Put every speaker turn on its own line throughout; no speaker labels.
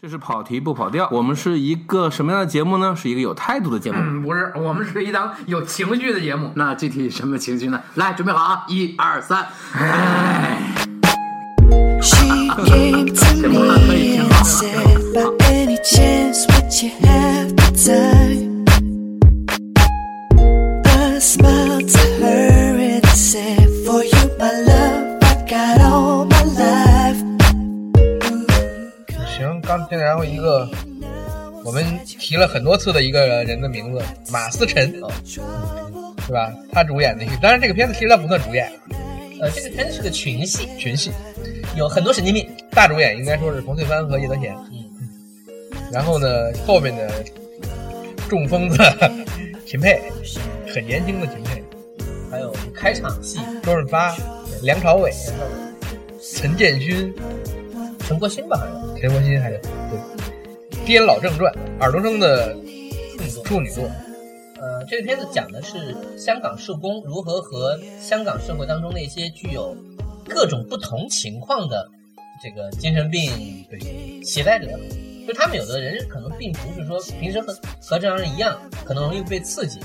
这是跑题不跑调。我们是一个什么样的节目呢？是一个有态度的节目。
嗯，不是，我们是一档有情绪的节目。
那具体什么情绪呢？来，准备好啊！一二三，哎，
She came to me and said, By any chance, would you have the time? I smiled to her and said, For you, my love, I got all my life.
行，刚才然后一个我们提了很多次的一个人的名字，马思辰，
哦
对吧？他主演的一个，当然这个片子其实他不算主演，
呃，这个片子是个群戏，
群戏
有很多神经病。
大主演应该说是冯翠帆和叶德娴。
嗯
然后呢，后面的中风的 秦沛，很年轻的秦沛，
还有开场戏，
周润发、梁朝伟、陈建勋、
陈国勋吧，好像
陈国新还有对《颠老正传》尔冬升的处女作，
呃，这个片子讲的是香港社工如何和香港社会当中那些具有各种不同情况的这个精神病携带者，呃就他们有的人可能并不是说平时和和正常人一样，可能容易被刺激，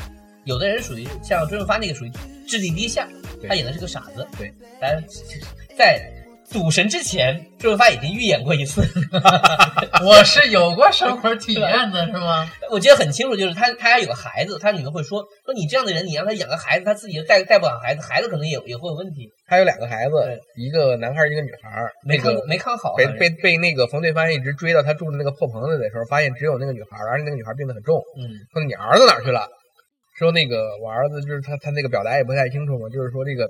有的人属于像周润发那个属于智力低下，
对
他演的是个傻子。
对，
当然在。赌神 之前，周润发已经预演过一次，
我是有过生活体验的，是吗？
我记得很清楚，就是他他家有个孩子，他女儿会说说你这样的人，你让他养个孩子，他自己带带不好孩子，孩子可能也也会有问题，
他有两个孩子
对，
一个男孩儿，一个女孩儿。
没
那
看
个
没看好，啊
被
好像
被被那个冯翠帆一直追到他住的那个破棚子的时候，发现只有那个女孩儿，而且那个女孩儿病得很重。
嗯
说你儿子哪儿去了？说那个我儿子就是他，他那个表达也不太清楚嘛，就是说这个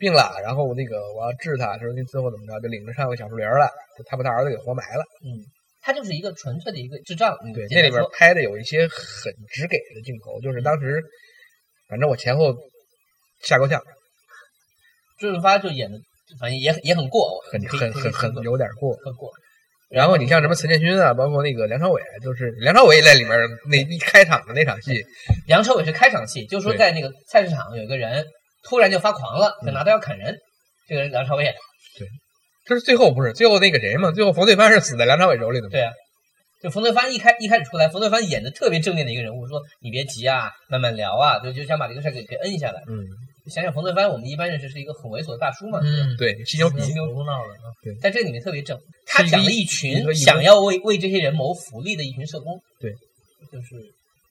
病了，然后那个我要治他，说那最后怎么着，就领着上个小树林儿了，就他把他儿子给活埋了。
嗯，他就是一个纯粹的一个智障，嗯
对，
简
那
单
里边
说
拍的有一些很直给的镜头，就是当时，反正我前后吓够呛，
周润发就演的，反正也也很过，
很
可以
很
可以
很很
可以
有点过。
很过，
然后你像什么陈建勋啊，包括那个梁朝伟，就是梁朝伟也在里面儿那一开场的那场戏，
梁朝伟是开场戏，就是说
对嗯
在那个菜市场有一个人突然就发狂了，就拿刀要砍人，这个人梁朝伟演的，
就是最后不是最后那个谁嘛，最后冯翠帆是死在梁朝伟手里的嘛
对，啊。就冯德帆一开一开始出来，冯德帆演的特别正面的一个人物，说你别急啊，慢慢聊啊，就就想把这个事儿给给摁下来。
嗯，
想想冯德帆，我们一般认识是一个很猥琐的大叔嘛，
嗯，
对，犀牛皮，
牛
胡闹
啊
的。
在这里面特别正，他讲了一
一个
群
一个
想要为为这些人谋福利的一群社工，
对，
就是，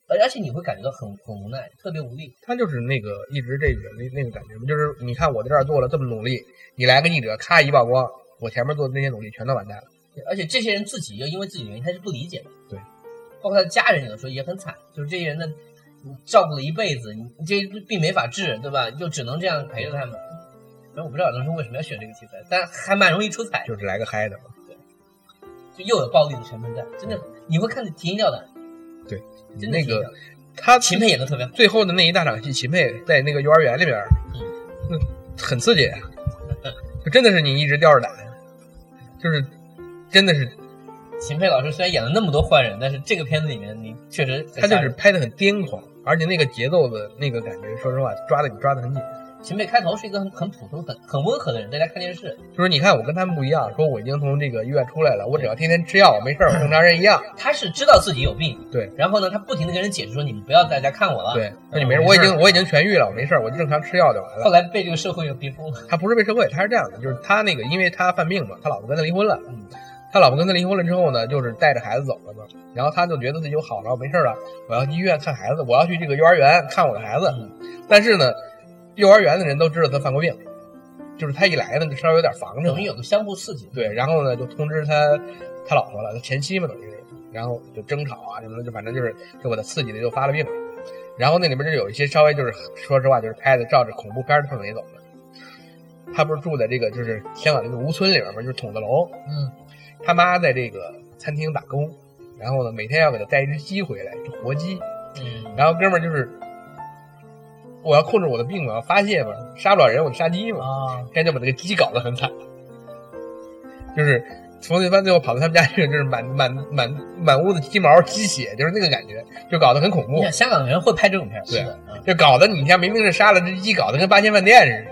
而而且你会感觉到很很无奈，特别无力，
他就是那个一直这个那那个感觉嘛，就是你看我在这儿做了这么努力，你来个记者咔一曝光，我前面做的那些努力全都完蛋了。
而且这些人自己又因为自己的原因，他是不理解的，
对，
包括他的家人有的时候也很惨，就是这些人的你照顾了一辈子，你你这些病没法治，对吧？就只能这样陪着他们。反正我不知道当时为什么要选这个题材，但还蛮容易出彩，
就是来个嗨的嘛。
就又有暴力的成分在，真的你会看得提心吊胆，真的
那
提心吊
个
胆
他
秦沛演的特别好，
最后的那一大场戏，秦沛在那个幼儿园里边，嗯，很刺激， 就真的是你一直吊着胆，就是真的是
秦沛老师虽然演了那么多坏人，但是这个片子里面你确实
他
很
就
吓
是
人
拍的很癫狂，而且那个节奏的那个感觉，说实话抓的你抓的很紧。
秦沛开头是一个很很普通、很很温和的人，在家看电视。
就是你看我跟他们不一样，说我已经从这个医院出来了，我只要天天吃药，我没事儿，我正常人一样。
他是知道自己有病，
对。
然后呢，他不停的跟人解释说：“你们不要在家看我了。”
对，那你没事，我已经我已经痊愈了，我没事儿，我就正常吃药就完
后
了。
来被这个社会又逼疯了。
他不是被社会，他是这样的，就是他那个，因为他犯病嘛，他老婆跟他离婚了，
嗯，
他老婆跟他离婚了之后呢，就是带着孩子走了嘛，然后他就觉得自己就好了，没事了，我要去医院看孩子，我要去这个幼儿园看我的孩子。
嗯
但是呢，幼儿园的人都知道他犯过病，就是他一来呢就稍微有点防着
等于，有个相互刺激。
对，然后呢就通知他他老婆了，他前妻嘛等于是，然后就争吵啊什么的，就反正就是就把他刺激的就发了病了。然后那里面就有一些稍微就是说实话就是拍的照着恐怖片儿的氛围走的。他不是住在这个就是香港这个吴村里边嘛，就是筒子楼，
嗯，
他妈在这个餐厅打工，然后呢每天要给他带一只鸡回来，就活鸡。
嗯，
然后哥们儿就是我要控制我的病嘛，我要发泄嘛，杀不了人我就杀鸡嘛，
啊，
现在就把这个鸡搞得很惨，就是冯翠帆最后跑到他们家去，就是满满满满屋子鸡毛鸡血，就是那个感觉，就搞得很恐
你
怖
想，香港人会拍这种片儿，
对
是的，嗯
就搞得你像明明是杀了只鸡，搞得跟八仙饭店似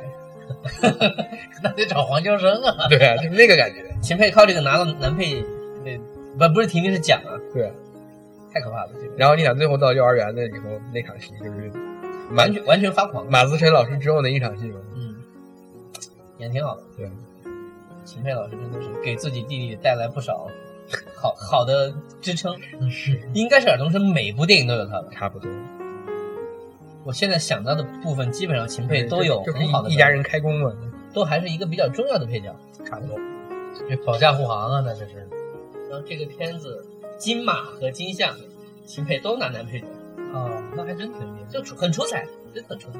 的，啊
那得找黄秋生啊。
对，就是那个感觉。
秦沛靠这个拿到男配那不不是婷婷是讲啊，
对。
太可怕了，这个
然后你想最后到幼儿园的以后那场戏就是马
完全完全发狂，
马思纯老师之后那一场戏嘛，
嗯，演得挺好的。
对，
秦沛老师真的是给自己弟弟带来不少好好的支撑，
是
应该是尔冬升每部电影都有他的。
嗯差不多。
我现在想到的部分，基本上秦沛都有
就是
很好的
一一家人开工嘛，
都还是一个比较重要的配角。
差不多。
这保驾护航啊，那这是。
然后这个片子，金马和金像，秦沛都拿男配角，
哦，那还真挺厉害。
就出很出彩，真的很出彩。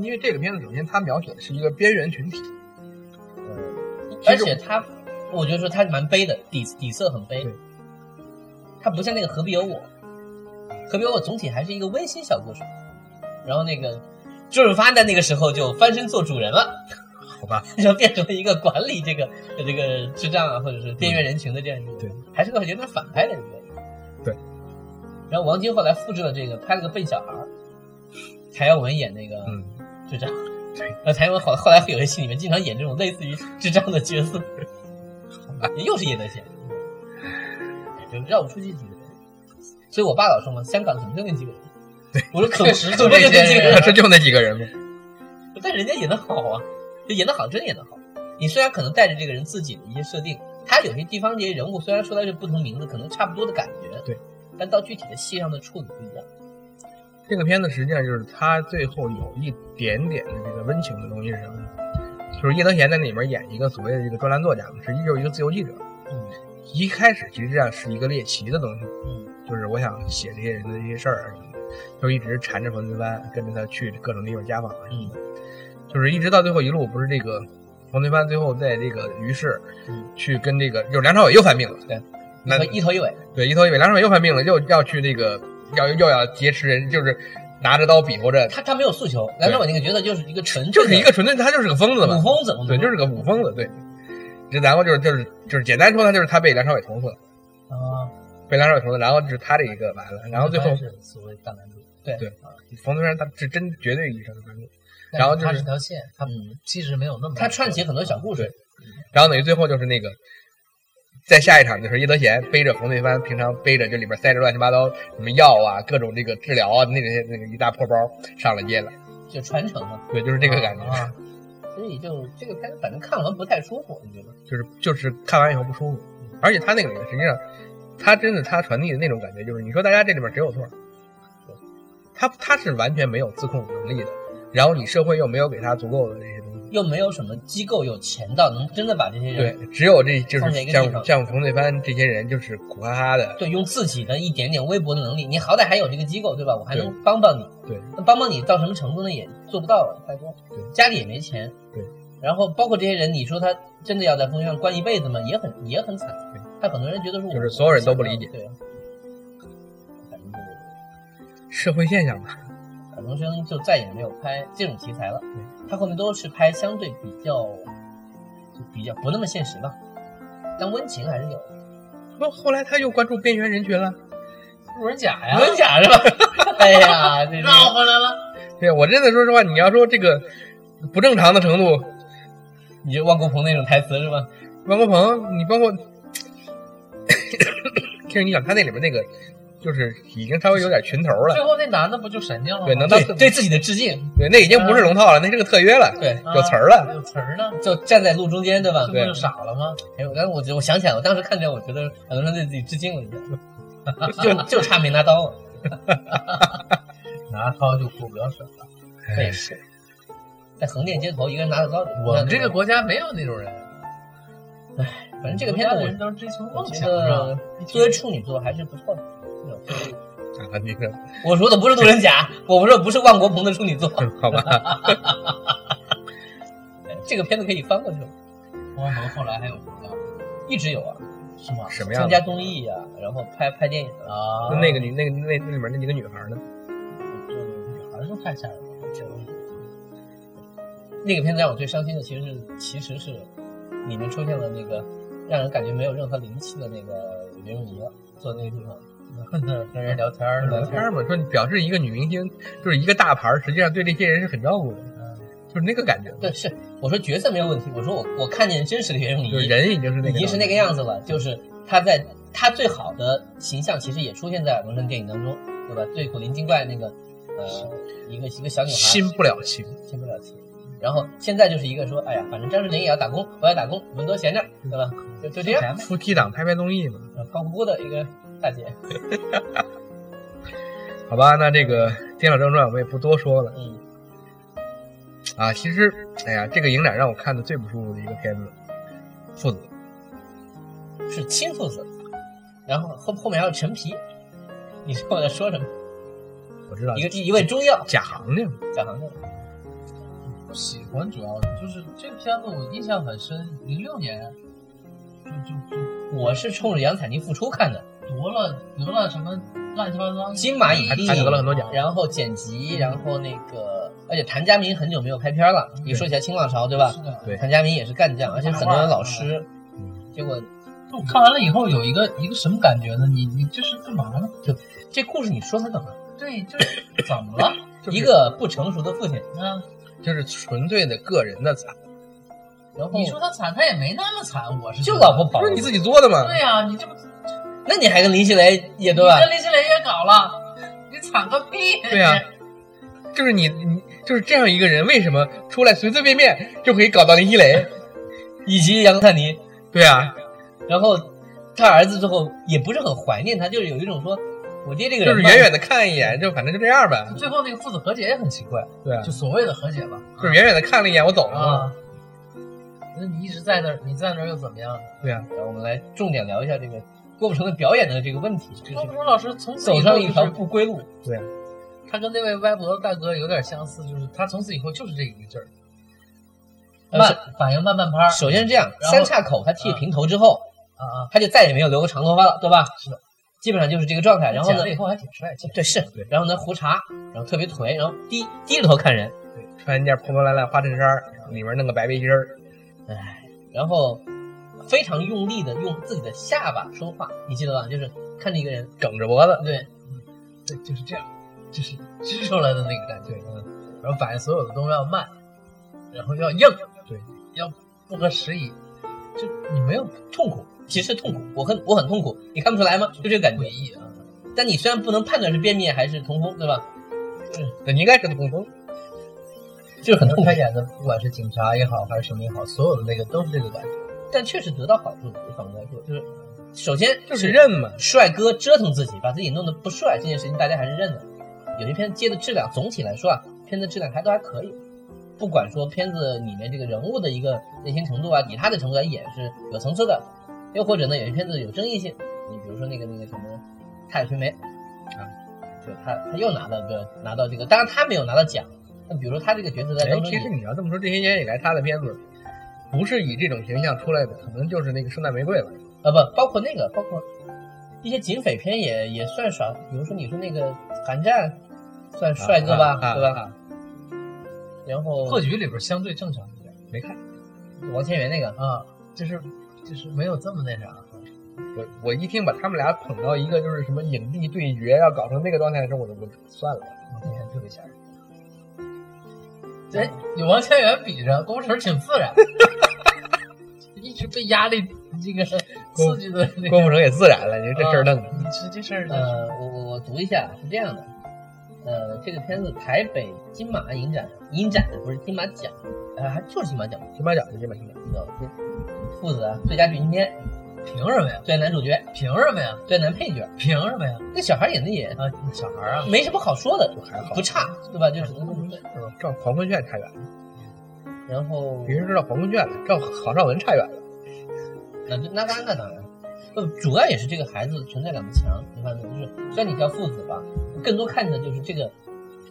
因为这个片子首先它描写的是一个边缘群体，呃，
而且他，我觉得说他蛮悲的，底底色很悲
对。
他不像那个何必有我，何必有我总体还是一个温馨小故事。然后那个周润发在那个时候就翻身做主人了，
好吧，
然后变成了一个管理这个这个智障啊，或者是边缘人群的这样一个人，
对
还是个有点反派的一个人。
对。
然后王晶后来复制了这个，拍了个笨小孩儿，柴耀文演那个
嗯，
智障。然后谭耀文后后来有一戏里面经常演这种类似于智障的角色，又是叶德娴，就绕不出去几个人。所以我爸老说嘛，香港怎么就那几个人？对，我说可
确 实
可
就
不
这
就
些
那几个
人
人
啊。
这就那几个人嘛，
但人家演的好啊，就演的好，真的演的好。你虽然可能带着这个人自己的一些设定，他有些地方这些人物虽然说的是不同名字，可能差不多的感觉，
对，
但到具体的戏上的处理不一样。
这个片子实际上就是它最后有一点点的这个温情的东西是什么呢？就是叶德娴在那里面演一个所谓的这个专栏作家嘛，实际就是一个自由记者。
嗯，
一开始其实这样是一个猎奇的东西，
嗯，
就是我想写这些人的这些事儿啊什么的，就一直缠着冯子帆，跟着他去各种地方家访啊什么
嗯
的，就是一直到最后一路不是这个冯子帆最后在这个于是
嗯
去跟这个就是梁朝伟又犯病了，
对，
那
一头一头一尾，
对，一头一尾，梁朝伟又犯病了，又要去那个要又要劫持人，就是拿着刀比划着，
他他没有诉求，梁朝伟那个角色就是一个纯粹
就
的
是一个纯粹他就是个疯子
武
嘛，
疯子，我们
对，就是个武疯子，对。这然后就是就是就是简单说，他就是他被梁朝伟投诉，
啊，
被梁朝伟投诉，然后就是他这一个完了，然后最
一
后
般是所谓大男主，
冯德山他是真绝对意义上的关注，
但
然后
是
就
它
是
是条线，它
嗯，
其实没有那么
他串起很多小故事，
然后等于最后就是那个，在下一场就是叶德娴背着冯对帆，平常背着就里边塞着乱七八糟什么药啊，各种这个治疗啊，那些那个一大破包上了街了，
就传承嘛。
对，就是这个感觉，
啊，
所以就这个片子，反正看完不太舒服，你觉得？
就是就是看完以后不舒服，而且他那个里面实际上，他真的他传递的那种感觉就是，你说大家这里面谁有错？他他是完全没有自控能力的，然后你社会又没有给他足够的这些东西。
又没有什么机构有钱到能真的把这些
对
人，
只有这就
放在一
是
个地
像
方
像冯对帆这些人，就是苦哈哈的，
对，用自己的一点点微薄的能力，你好歹还有这个机构，对吧？我还能
对
帮帮你。
对，
那帮帮你到什么程度呢？也做不到太多。
对
家里也没钱。
对，
然后包括这些人，你说他真的要在风上关一辈子吗？也很也很惨
对。
但很多人觉得说我，
就是所有人都不理解
对啊，反正就是
社会现象嘛。
尔冬升就再也没有拍这种题材了，他后面都是拍相对比较就比较不那么现实吧，但温情还是有。
后后来他又关注边缘人群了。
路人甲呀，
真假是吧？ 哎呀，这个
绕回来了。
对我真的说实话，你要说这个不正常的程度，
你就汪国鹏那种台词是吧？
王国鹏，你包括， 其实你想他那里面那个，就是已经稍微有点群头
最
了，
后那男的不就神经了吗？
对，能到
对对自己的致敬，
对，那已经不
嗯
是龙套了，那是个特约了，
对，
啊
有词儿了。
有词儿呢，
就站在路中间对吧
这？不
对
就傻了吗？
哎，我当时我觉得我想起来，我当时看见我觉得很多人对自己致敬了一下，就就差没拿刀了。
拿刀就顾不了手了。
这
哎
也是，在横店街头一个人拿着刀，
哎我们这个
那
国家没有那种人，
反正这个片
我
子
们家的人
我
都是追求
我
梦
觉
想，是吧？
得作为处女座还是不错的。
啊，你说
我说的不是路人甲，我说的不是万国鹏的处女座，
嗯好吧？
这个片子可以翻过去了，
汪鹏后来还有什么
一直有啊，
是吗？
什么
参
样
加
的？
综艺啊，然后拍拍电影啊，
啊，
那个女，那个那那里面那几个女孩呢？
就还是太吓人了，这种
那个片子让我最伤心的其实是，其实是里面出现了那个让人感觉没有任何灵气的那个袁咏仪了，啊坐那个地方，
跟人聊天儿
嗯
聊天儿嘛，说你表示一个女明星就是一个大牌儿，实际上对这些人是很照顾的，就是那个感觉。
嗯对，是我说角色没有问题，我说我我看见真实的袁咏
就是
仪
人已经是那
已
个，
经是那个样子了，就是她在他最好的形象其实也出现在龙神电影当中，对吧？对古灵精怪那个呃一个一个小女孩
心不了情。
心不了情。然后现在就是一个说，哎呀，反正张智霖也要打工，我要打工，你们多闲着，对吧？
嗯
就就这样，
夫妻档拍拍综艺嘛，
呃胖乎乎的一个大姐，
好吧，那这个《颠倒正传》我们也不多说了
嗯，
啊。其实，哎呀，这个影展让我看的最不舒服的一个片子，父子
嗯是亲父子。然后后后面还有陈皮，你知道我在说什么？
我知道
一个一位中药
假行家嘛，
小行家，
我喜欢主要就是这个片子我印象很深，零六年就就就
我是冲着杨采妮复出看的，
夺了得了什么乱七八糟
金马影
还
帝
还得了很多奖。
然后剪辑，然后那个，而且谭家明很久没有拍片了。你说起来新浪潮，对吧？
是的，
对
谭家明也是干将，而且很多人老师
嗯。
结果
就看完了以后有一个一个什么感觉呢？你你这是干嘛呢？
这故事你说他怎么？
对，这怎么了？
就是
一个不成熟的父亲，啊
嗯，
就是纯粹的个人的惨，
然后
你说他惨，他也没那么惨，我是
就
觉得
老婆。保
不是你自己做的吗？
对呀、你这不你
那你还跟林熙蕾也对吧？
跟林心蕾也搞了，你惨个屁！
对呀就是你你就是这样一个人，为什么出来随随便便就可以搞到林熙蕾？
以及杨灿妮，
对 啊，
然后他儿子最后也不是很怀念他，就是有一种说，我爹这个
就
人
是
吧
远远的看一眼，就反正就这样呗。
最后那个父子和解也很奇怪，
对啊，
就所谓的和解吧。
就是远远的看了一眼，我走了嘛。
啊，那你一直在那儿，你在那儿又怎么样？
对啊，
然后我们来重点聊一下这个郭富城的表演的这个问题，就是
郭富城老师从此
走
以
上
后
一
就
条
是
不归路。
他跟那位歪脖子大哥有点相似，就是他从此以后就是这一个劲儿，
呃
慢反应慢半拍儿
首先是这样，
然后嗯
三岔口他剃平头之后，
啊啊，
他就再也没有留过长头发了，对吧？是的，基本上就是这个状态。然后
剪
呢
了，以后还挺帅气，
对是
对，
然后呢胡茬，然后特别颓，然后低低着头看人，
穿一件破破烂烂花衬衫儿，里面弄个白背心儿，
然后非常用力的用自己的下巴说话，你记得吧？就是看着一个人，
梗着脖子。
对，
对，就是这样，就是织出来的那个感觉，嗯，然后反应所有的都要慢，然后要硬，
对，
要不合时宜，就你没有
痛苦，其实痛苦，我很我很痛苦，你看不出来吗？就这个感
诡
觉。
异啊，
但你虽然不能判断是边灭还是童风，对吧？嗯
对，你应该是痛风。
就是很痛苦
他，演的不管是警察也好，还是什么也好，所有的那个都是这个感觉，
但确实得到好处。对反过来说，就是首先
就是认嘛，
帅哥折腾自己，把自己弄得不帅这件事情，大家还是认的。有些片子接的质量，总体来说啊，片子质量还都还可以。不管说片子里面这个人物的一个内心程度啊，以他的程度来演是有层次的，又或者呢，有些片子有争议性，你比如说那个那个什么《泰坦寻梅》啊，就他他又拿到个拿到这个，当然他没有拿到奖。那比如说他这个角色在
哎
当，中
其实
演，
你要这么说，这些年以来他的片子不是以这种形象出来的，可能就是那个圣诞玫瑰吧。
啊不，包括那个，包括一些警匪片也也算耍，比如说你说那个寒战，算帅哥吧，
啊啊
对吧？
啊
然后
破局里边相对正常一点
没看，
王千源那个，
啊，就是就是没有这么那啥。
我我一听把他们俩捧到一个就是什么影帝对决，要搞成那个状态的时候，我就我算了吧，那天特别吓人。
哎，有王千源比着，郭富城挺自 然，一直被压力这个刺激的那
郭
个。
富城也自然了，你说这事儿弄的。
你这这事儿呢，
呃，我我我读一下，是这样的，呃，这个片子台北金马影展影展不是金马奖，呃，还就是金马奖，
金马奖就金马奖，
你知道吧？父子啊最佳剧情片、
凭什么呀？
最佳男主角、
凭什么呀？
最佳男配角，
凭什么呀？
那小孩演的也
啊，你小孩儿啊，
没什么好说的，
就还好
不。差，对吧？就是，
嗯照黄昏卷差远了，
然后
别人知道黄昏卷了，照郝邵文差远了。
那就那那那当然，呃，主要也是这个孩子存在感不强。你看，就是虽然你叫父子吧，更多看的就是这个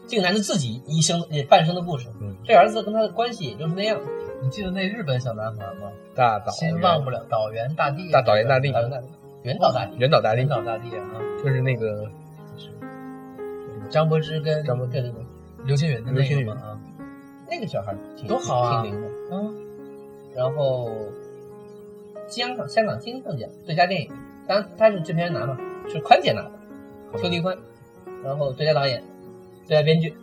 这个男的自己一生也半生的故事。
嗯
这儿子跟他的关系也就是那样。
你记得那日本小男孩吗？
大岛
心忘不了岛原大地，
大岛原大地
原导原导大帝，
原岛大
原
林
岛大地啊，
就是那个
张柏芝跟
张柏芝
对对对，
刘青云的
刘青
那
云
个嘛啊，
那个小孩挺
多好啊
挺灵的。
嗯，
然后香港香港金像奖最佳电影，当然他是制片人拿嘛，是宽姐拿的，邱黎宽。然后最佳导演、最佳编剧，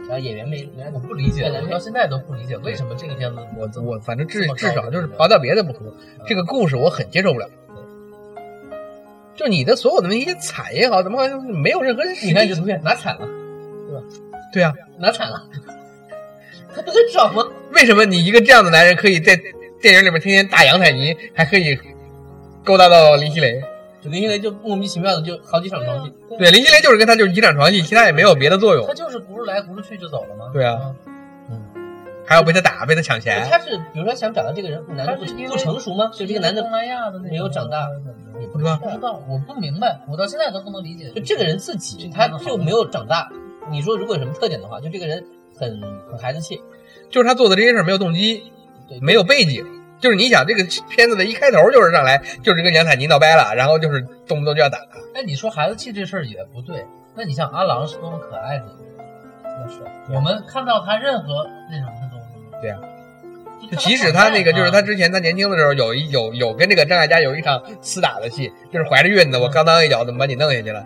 然后演员没没拿
我不理解，
最佳
我
配
到现在都不理解为什么这个片子我这么
我反正至
这么高
至少就是
的
刨掉别的不说，这个故事我很接受不了。就你的所有的那些惨也好，怎么好像没有任何
你看这图片拿惨了，
对啊，
拿惨了， 他不很爽吗？
为什么你一个这样的男人可以在电影里面天天打杨采妮，还可以勾搭到林熙蕾？
就林心蕾就莫名其妙的就好几场床戏，
啊
对，林熙蕾就是跟他就是一场床戏，其他也没有别的作用
他。就是轱辘来轱辘去就走了吗？嗯
对啊，哎还要被他打，被他抢钱。
他是比如说想表达这个人男的不
他是因为
不成熟吗？就这个男的
东南亚的那个
没有长大嗯
我
也
不
不
知道
不知道，我不明白，我到现在都不能理解。
就这个人自己他就没有长大。你说如果有什么特点的话，就这个人很很孩子气，
就是他做的这些事儿没有动机
对，
没有背景。就是你想这个片子的一开头就是上来就是跟杨采妮闹掰了，然后就是动不动就要打他。
哎，你说孩子气这事儿也不对。那你像阿郎是多么可爱的一个人，那是我们看到他任何那什么的东西，
对啊
就
就
他
即使
可爱
他那个，就是
啊
嗯
他之前他年轻的时候有一有有跟这个张艾嘉有一场厮打的戏，就是怀着孕呢，我刚当一脚怎么把你弄下去了？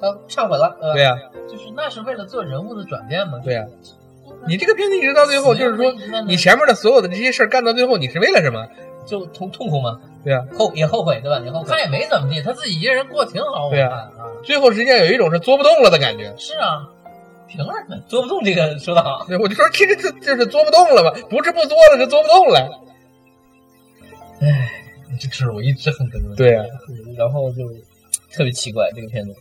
他忏悔了，对吧
对呀、
就是那是为了做人物的转变嘛。
对呀、你这个片子一直到最后，就是说你前面的所有的这些事儿干到最后，你是为了什么？
就痛痛苦嘛，
对啊，
后也后悔对吧？也后
他
悔，
也没怎么地，他自己一个人过挺好。我
对啊
看啊，
最后实际上有一种是作不动了的感觉。
是啊，凭什么？
捉不动这个说的好，
对，我就说 其实这就是作不动了吧，不是不作了，是作不动了。
这事儿我一直很跟
对呀、
然后就特别奇怪这个片子。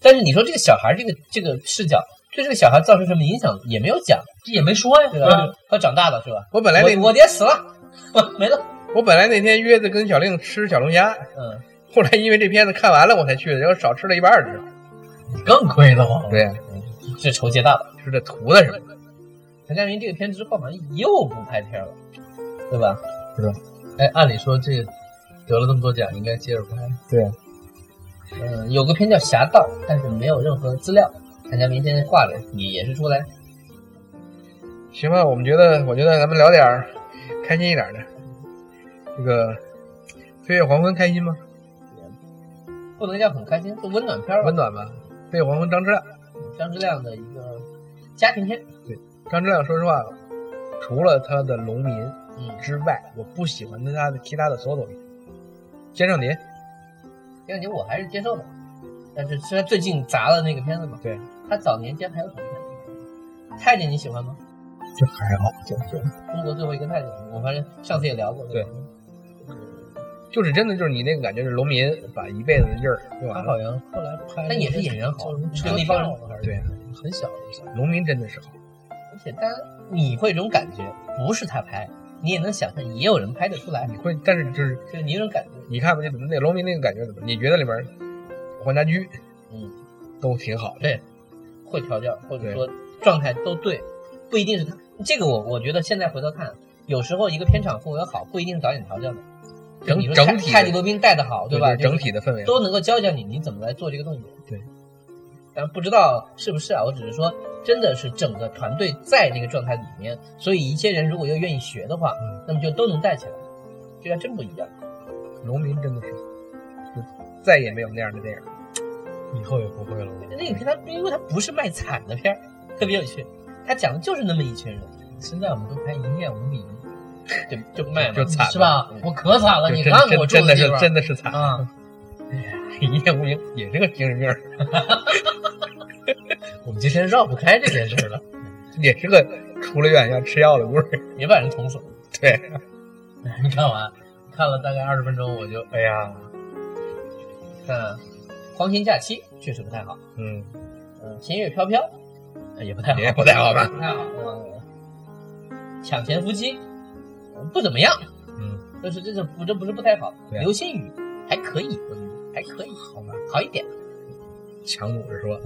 但是你说这个小孩儿这个这个视角对这个小孩造成什么影响也没有讲，
也没说呀，
对吧？他长大了是吧？
我本来那
我我爹死了，没了，
我本来那天约着跟小令吃小龙虾，
嗯，
后来因为这片子看完了我才去的，然后少吃了一半儿只。
更亏得慌。
对呀、
这仇结大了。
吃这图的什么？
谭家明这个片之后好像又不拍片了，对吧？
哎，按理说这个得了这么多奖，应该接着拍。
嗯，有个片叫《侠盗》，但是没有任何资料。谭家明现在挂着，也也是出来
行吧，我们觉得，我觉得咱们聊点儿开心一点儿的。这个《飞越黄昏》开心吗？
不能叫很开心，就温暖片儿吧
温。暖吧，《飞越黄昏》张之亮，
张之亮的一个家庭片，
张之亮说实话，除了他的《农民》
嗯，
之外，我不喜欢他的其他的所有东西。肩上蝶，
这两年我还是接受的，但是是他最近砸了那个片子嘛。
对，
他早年间还有什么片子？太监你喜欢吗？
这还好，就是
中国最后一个太监，我反正上次也聊过。吧，
就是真的就是你那个感觉是农民把一辈子的劲儿用
他
完了。
好像后来拍，
但也是演员好，
就
跟那帮人，
对啊，
很小的一个。
农民真的是好，
而且当你会有种感觉，不是他拍，你也能想象也有人拍得出来，
你会，但是就是
就是你有种感觉。
你看吧，就怎么那农民那个感觉怎么？你觉得里面黄家驹，
嗯，
都挺好的。
会调教，或者说状态都对，不一定是他。这个我我觉得现在回头看，有时候一个片场氛围好，不一定是导演调教的，
整
你说
整
泰
体
泰迪罗宾带的好，
对
吧？
整
就是
体的氛围好。
都能够教教你你怎么来做这个动作。
对，
但不知道是不是啊？我只是说，真的是整个团队在那个状态里面，所以一些人如果又愿意学的话，
嗯
那么就都能带起来，这还真不一样。
农民真的是，就再也没有那样的电影。
以后也不会了。
那个片它因为它不是卖惨的片儿，特别有趣，它讲的就是那么一群人，
现在我们都拍一念无名，
就就卖嘛，
就惨了
是吧？我可惨了，
就
你
真
看
真
我住
真的
地
是
方
真的是惨，
啊，
一念无名也是个精神病儿，
我们今天绕不开这件事儿了。
也是个出了院要吃药的故事。
也把人捅死了。
对，
你看完，看了大概二十分钟，我就哎呀，
看黄金假期确实不太好，
嗯，
嗯，弦月飘飘呃也不太好，
也不太好吧？
不太好。
嗯，抢钱夫妻呃不怎么样，
嗯，
但是这是不这不是不太好。
对啊
流星雨还可以，我觉得还可以，好吧，好一点。
强弩着说，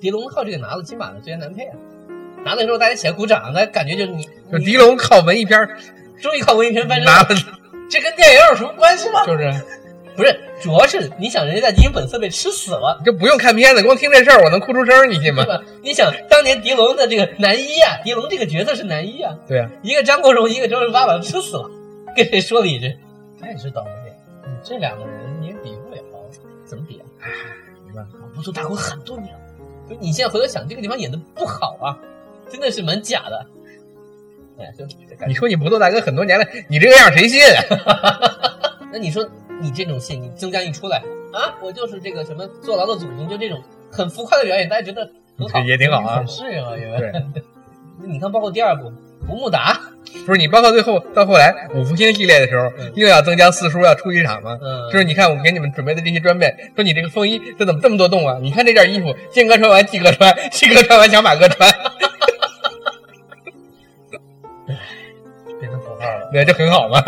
狄龙靠这个拿了金马的最佳男配啊，拿的时候大家起来鼓掌，那感觉就是你
嗯
就狄龙靠文艺片儿
你终于靠文艺片翻身
拿
了，
了，
这跟电影有什么关系吗？
就是
不是，主要是你想人家在《金本色》被吃死了。
就不用看片子，光听这事儿我能哭出声儿，你信吗
对？吧？你想当年狄龙的这个男一啊，狄龙这个角色是男一啊，
对啊，
一个张国荣，一个周润发，把他吃死了，跟谁说理去？
那也是倒霉，你这两个人你也比不了。
怎么比啊？
没办法，
不做大国很多年了，就你现在回头想，这个地方演的不好啊，真的是蛮假的。哎，就感
你
觉
说你不做大哥很多年了，你这个样儿谁信啊？
那你说你这种戏，你曾江一出来，啊，我就是这个什么坐牢的祖宗，就这种很浮夸的表演，大家觉得很好，
也挺好啊
很适应啊，因为
对，
你看，包括第二部吴孟达，
不是你包括最后到后来五福星系列的时候，
嗯
又要增加四叔要出一场吗？
嗯，
就是你看我给你们准备的这些装备，说你这个风衣这怎么这么多洞啊？你看这件衣服，健哥穿完，季哥穿， 季哥穿完，小马哥穿，
变成符号了。
对，就很好嘛。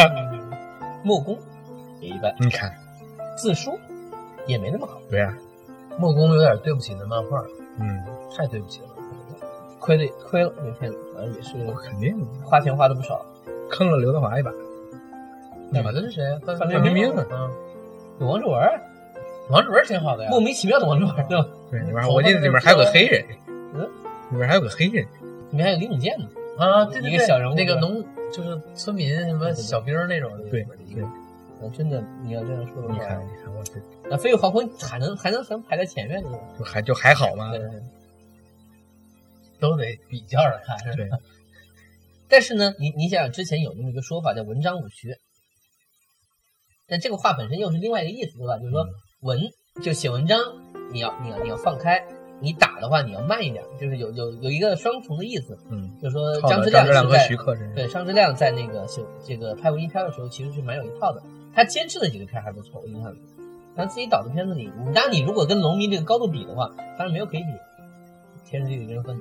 木工也一般，
嗯
你看，
自书也没那么好。
对
啊
呀、
木工有点对不起那漫画，
嗯，
太对不起了。
亏了亏了，没骗子，反正也是
肯定
花钱花的不少。
坑了刘德华一把。
哪个的是谁啊？范
范
冰冰
啊
啊！
嗯
有王志文，
王志文挺好的呀。
莫名其妙的王志文， 对吧？
对，里面我记得里面还有个黑人，
嗯
里面还有个黑人，
里面还有李永健呢。
啊，对对对，
一个小人物
那个农就是村民什么小兵儿那种的。
对
一
对
个
啊真的，你要这样说的
你
话，
看，你看，我这
那《飞越黄昏》还能还能还能排在前面呢。
就还就还好嘛
对。
都得比较着看。
对，
但是呢，你你想想，之前有那么一个说法叫“文章武学”，但这个话本身又是另外一个意思，对吧？就是
嗯
说文就写文章，你要你要你要放开，你打的话你要慢一点，就是有有有一个双重的意思。
嗯，
就是说
靠
张
了
之
张之亮
是
和
在
徐克真是，
对张之亮在那个写这个拍文艺片的时候，其实是蛮有一套的。他监制的几个片儿还不错，我印象里。然后自己导的片子里，你当然你如果跟农民这个高度比的话，当然没有可以比。天时地利人和，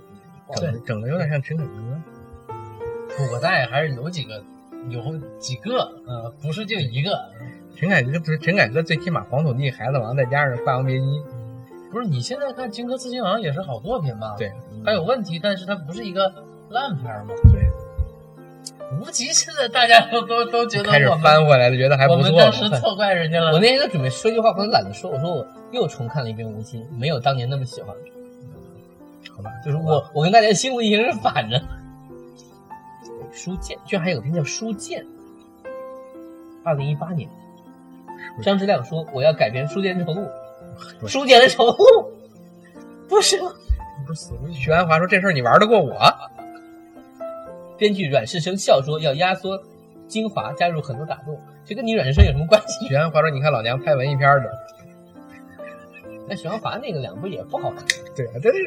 整的整的有点像陈凯歌。
古代还是有几个，有几个，呃，不是就一个。
陈凯歌不是陈凯歌，最起码《黄土地》《孩子王》，再加上《霸王别姬》，
不是你现在看《荆轲刺秦王》也是好作品嘛？
对，
它有问题，但是它不是一个烂片儿嘛？
对。
无极现在大家都都都觉得
开始
我们
翻回来了，觉得还
我
不
们
错
当时
嘛。
错怪人家
我
了。
那天都准备说句话，我都懒得说。我说我又重看了一遍《无心》，没有当年那么喜欢。
好吧，
就是我，我跟大家的心路一直是反着。书剑居然还有个片叫《书剑》，二零一八年，张之亮说我要改编《书剑恩仇录》，《书剑恩仇录》不是吗
徐安华说：“这事儿你玩得过我
编剧阮世生笑说要压缩精华，加入很多打斗，这跟你阮世生有什么关？”系？
徐安华说：“你看老娘拍文艺片儿的，
那许鞍华那个两部也不好看，
对啊，这是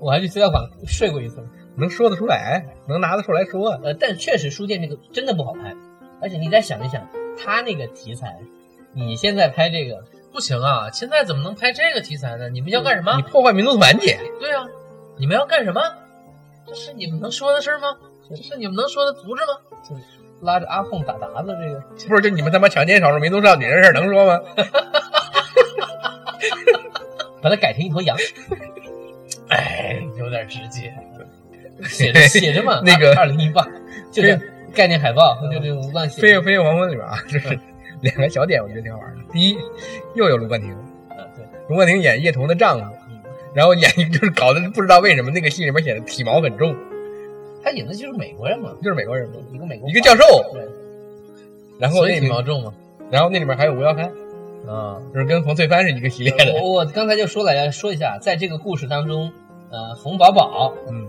我还去资料馆睡过一次。
能说得出来，能拿得出来说。啊
呃，但确实书剑这个真的不好拍，而且你再想一想，他那个题材，你现在拍这个，
不行啊，现在怎么能拍这个题材呢？你们要干什么
你？破坏民族团结，
对啊，你们要干什么？这是你们能说的事儿吗？这是你们能说的足智吗？
拉着阿凤打达子，这个
不是就你们他妈强奸少数民族少女这事儿能说吗？
把它改成一头羊，
哎，有点直接。
写着写着嘛
，那个
二零一八就是概念海报，就这种乱
嗯
写。
飞越飞越黄昏里边啊，就是两个小点，我觉得挺好玩的。第一，又有卢冠廷，
嗯对，
卢冠廷演叶童的丈夫，
嗯
然后演一个就是搞得不知道为什么那个戏里面显得体毛很重，
他演的就是美国人嘛，
就是美国人嘛。
一个美国
一个教授
对
然后
所以
那
挺
里
毛重嘛。
然后那里面还有吴耀藩，
啊，哦
就是跟冯翠帆是一个系列的。
我我刚才就说了，要说一下，在这个故事当中，呃，冯宝宝
嗯，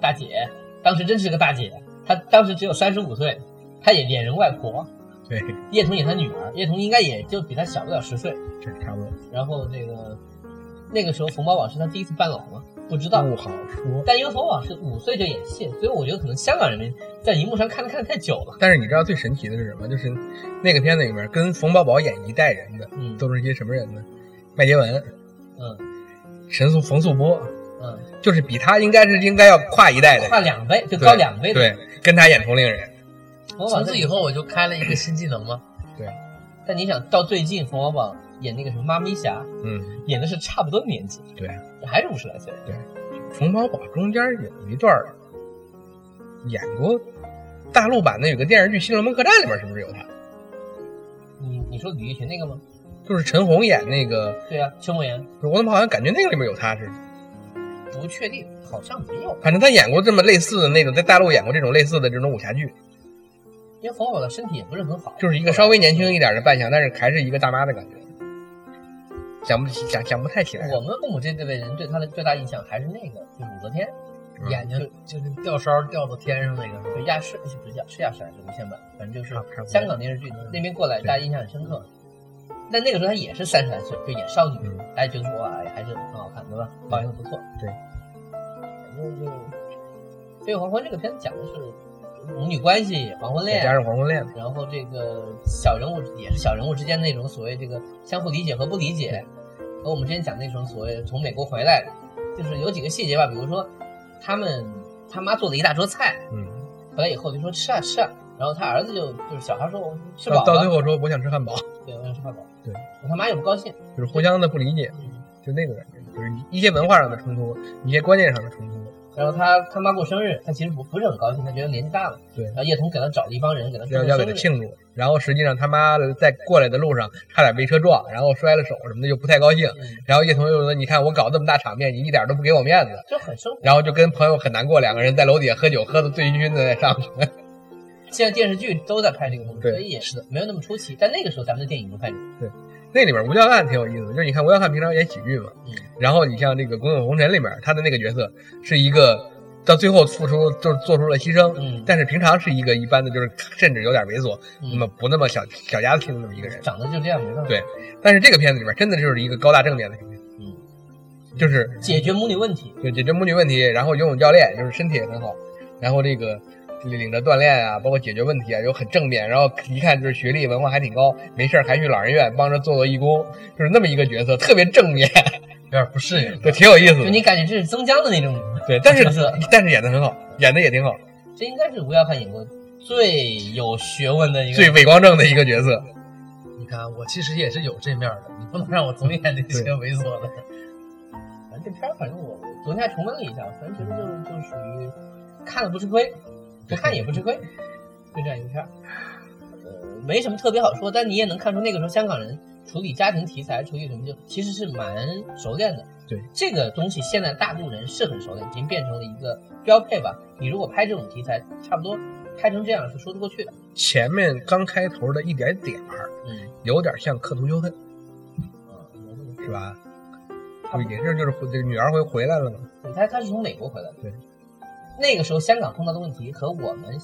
大姐当时真是个大姐，她当时只有三十五岁，她也演人外婆。
对，
叶童演她女儿，叶童应该也就比她小不了十岁。
这差不多。
然后这个那个时候冯宝宝是她第一次扮老嘛，不知道。
不好说。
但因为冯宝宝是五岁就演戏，所以我觉得可能香港人民在荧幕上看的看的太久了。
但是你知道最神奇的是什么？就是那个片子里面跟冯宝宝演一代人的，
嗯
都是一些什么人呢？麦洁文、
嗯
陈素、冯素波，
嗯，
就是比他应该是应该要跨一代的人，
跨两倍就
对
高两倍的。
对，跟他演同龄人，
冯宝宝
从
在
此以后我就开了一个新技能 嘛。
但你想到最近冯宝宝演那个什么妈咪侠，
嗯，
演的是差不多年纪，
对，
还是五十来岁。
冯宝宝中间有一段儿演过大陆版的有个电视剧《新龙门客栈》里面是不是有他？
你你说李玉群那个吗？
就是陈红演那个，
对啊，陈伟阳
我怎么好像感觉那个里面有他似的？
不确定，好像没有，
反正他演过这么类似的那种，在大陆演过这种类似的这种武侠剧，
因为冯宝宝的身体也不是很好，
就是一个稍微年轻一点的扮相，但是还是一个大妈的感觉。想不起，想想不太起来，
我们父母这辈人对他的最大印象还是那个，就是武则天
嗯
眼睛
就是吊梢吊到天上那个是吧？
就压是不是压是压是还是无限版，反正就是
差不多嗯
香港电视剧那边过来，
对
大家印象很深刻。但那个时候她也是三十来岁，就演少女
嗯，
大家觉得哇，啊还是很好看，对吧？保养的不错。
对，
反正就《飞越黄昏》这个片子讲的是母女关系、黄昏
再
恋，
加上黄昏恋，
然后这个小人物也是小人物之间那种所谓这个相互理解和不理解，和我们之前讲那种所谓从美国回来的，就是有几个细节吧，比如说他们他妈做了一大桌菜，
嗯，
回来以后就说吃啊吃啊，然后他儿子就就是小孩说我吃
到
饱
啊到最
了，
后说我想吃汉堡，
对，我想吃汉堡，
对，
他妈也不高兴，
就是互相的不理解，
嗯，
就那个感觉，就是一些文化上的冲突，一些观念上的冲突，
然后他他妈过生日，他其实不不是很高兴，他觉得年纪大了，
对
然后叶童给他找了一帮人给他
要
过
要给
生
他
日，
庆祝。然后实际上他妈的在过来的路上差点被车撞，然后摔了手什么的，就不太高兴。
嗯，
然后叶童又说：“你看我搞这么大场面，你一点都不给我面子。
就很生”活。
然后就跟朋友很难过，两个人在楼底下喝酒，喝的醉醺醺的再上去。
现在电视剧都在拍这个东西，
对
所以也是没有那么出奇。但那个时候咱们的电影已经开始，
那里面吴教汉挺有意思的，就是你看吴教汉平常演喜剧嘛，
嗯
然后你像这个《滚滚红尘》里面他的那个角色是一个到最后付出就是做出了牺牲，
嗯
但是平常是一个一般的，就是甚至有点猥琐，
嗯
那么不那么小小家子气的那么一个人。
长得就这样，没办法
对但是这个片子里面真的就是一个高大正面的形象，
嗯，
就是
解决母女问题。
就解决母女问题，然后游泳教练就是身体也很好，然后这个领着锻炼啊，包括解决问题啊，又很正面，然后一看就是学历文化还挺高，没事儿还去老人院帮着做做义工，就是那么一个角色，特别正面，
有点不适应。
对，挺有意思
就
的。
你感觉这是曾江的那种，
对，但是
角色
但是演的很好，演的也挺好，
这应该是吴耀汉演过最有学问的一个。
最伪光正的一个角色。
你看，我其实也是有这面的，你不能让我总演那些
对
猥琐的。
反正这片儿，反正我昨天还重温了一下，反正觉得就就属于看了不吃亏，不看也不吃亏，就这样一个片儿。呃，没什么特别好说，但你也能看出那个时候香港人处理家庭题材、处理什么就其实是蛮熟练的。
对
这个东西，现在大陆人是很熟练，已经变成了一个标配吧。你如果拍这种题材，差不多拍成这样是说得过去的。
前面刚开头的一点点儿，
嗯，
有点像《刻图秋恨》，
啊，我这么
是吧？不也是就是回这个女儿回回来了嘛？
对，他他是从美国回来的。
对，
那个时候香港碰到的问题和我们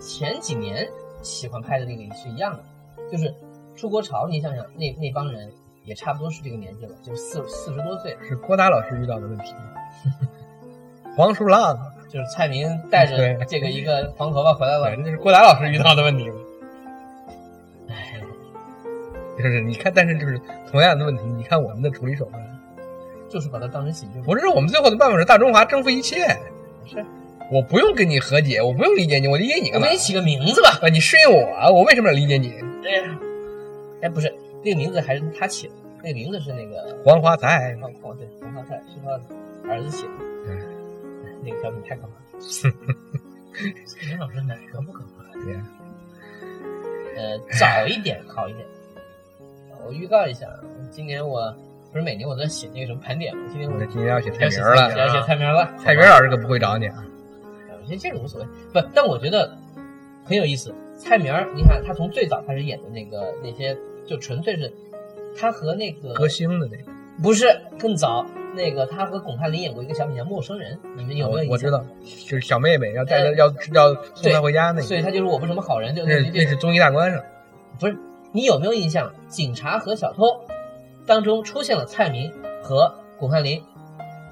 前几年喜欢拍的那个也是一样的，就是出国潮。你想想，那那帮人也差不多是这个年纪了，就是四四十多岁，
是郭达老师遇到的问题吗。 黄鼠狼，
就是蔡明带着
对
这个一个黄头发回来
对，
了。
那就是郭达老师遇到的问题嘛。就是你看，但是就是同样的问题，你看我们的处理手段，
就是把它当成喜剧，
不是我们最后的办法是大中华征服一切，
是
我不用跟你和解，我不用理解你，我理解你
我
干嘛
给？你起个名字吧。
啊，你适应我，我为什么要理解你？
哎，不是，那个名字还是他起的，那个名字是那个
黄花菜，
黄黄对黄花菜是他儿子起的。
嗯
哎那个小品太可怕 了。
林老师哪个不可怕？
呃，早一点好一点。我预告一下，啊今年我不是每年我都在写那个什么盘点吗？今年
我
我
这今天要写嗯菜
要
名
写
儿
菜名
了，啊
要写菜名了。
菜名儿老师可不会找你啊。
我觉得这个无所谓，不，但我觉得很有意思。蔡明儿，你看他从最早开始演的那个那些，就纯粹是他和那个
歌星的那个，
不是更早那个他和巩汉林演过一个小品叫《陌生人》，你们有没
哦我
有印象？呃
我知道，就是小妹妹要带她要要送她回家那
所
个，
以他就是我不是什么好人，就
那
类似于这
那是综艺大观上。
不是，你有没有印象？警察和小偷当中出现了蔡明和巩汉林，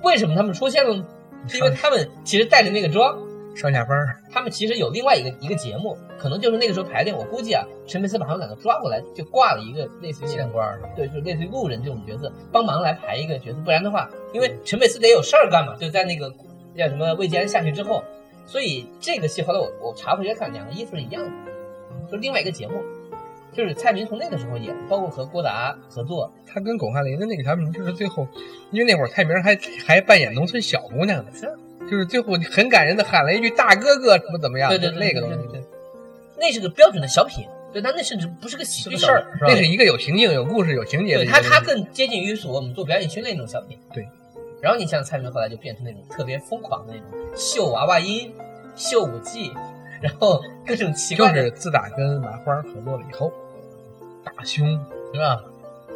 为什么他们出现了呢？是因为他们其实带着那个妆，
上下班儿，
他们其实有另外一个一个节目，可能就是那个时候排练。我估计啊，陈佩斯把他们两个抓过来，就挂了一个类似于那
县
种，
官儿
对，就是类似于路人这种角色，帮忙来排一个角色。不然的话，因
嗯
为陈佩斯得有事儿干嘛，就在那个叫什么魏建安下去之后，所以这个戏后来我我查回来看，两个衣服是一样的，就是另外一个节目。就是蔡明从那个时候演，包括和郭达合作，
他跟巩汉林的那个小品，就是最后，因为那会儿蔡明还还扮演农村小姑娘呢，
是
就是最后很感人的喊了一句“大哥哥”怎么怎么样，
对对
就
对
是那个
对
东
对
西，
那是个标准的小品，对，但那甚至不是个喜
是
剧
个
小
事
品
儿，那是一个有情境、有故事、有情节的
对
一个
他，
东西。
他更接近于所我们做表演训练那种小品。
对。
然后你像蔡明后来就变成那种特别疯狂的那种秀娃娃音、秀舞技，然后各种奇
就
怪的
是自打跟麻花合作了以后，大胸
是吧？